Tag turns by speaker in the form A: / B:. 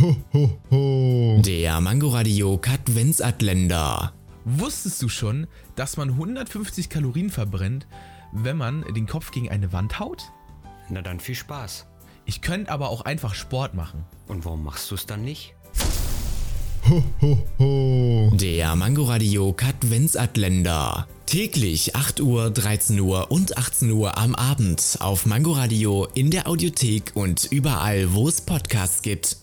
A: Ho, ho, ho.
B: Der Mangoradio Katwensatländer.
C: Wusstest du schon, dass man 150 Kalorien verbrennt, wenn man den Kopf gegen eine Wand haut?
D: Na dann viel Spaß.
C: Ich könnte aber auch einfach Sport machen.
D: Und warum machst du es dann nicht?
A: Ho, ho, ho.
B: Der Mangoradio Katwensatländer. Täglich 8 Uhr, 13 Uhr und 18 Uhr am Abend auf Mangoradio in der Audiothek und überall, wo es Podcasts gibt.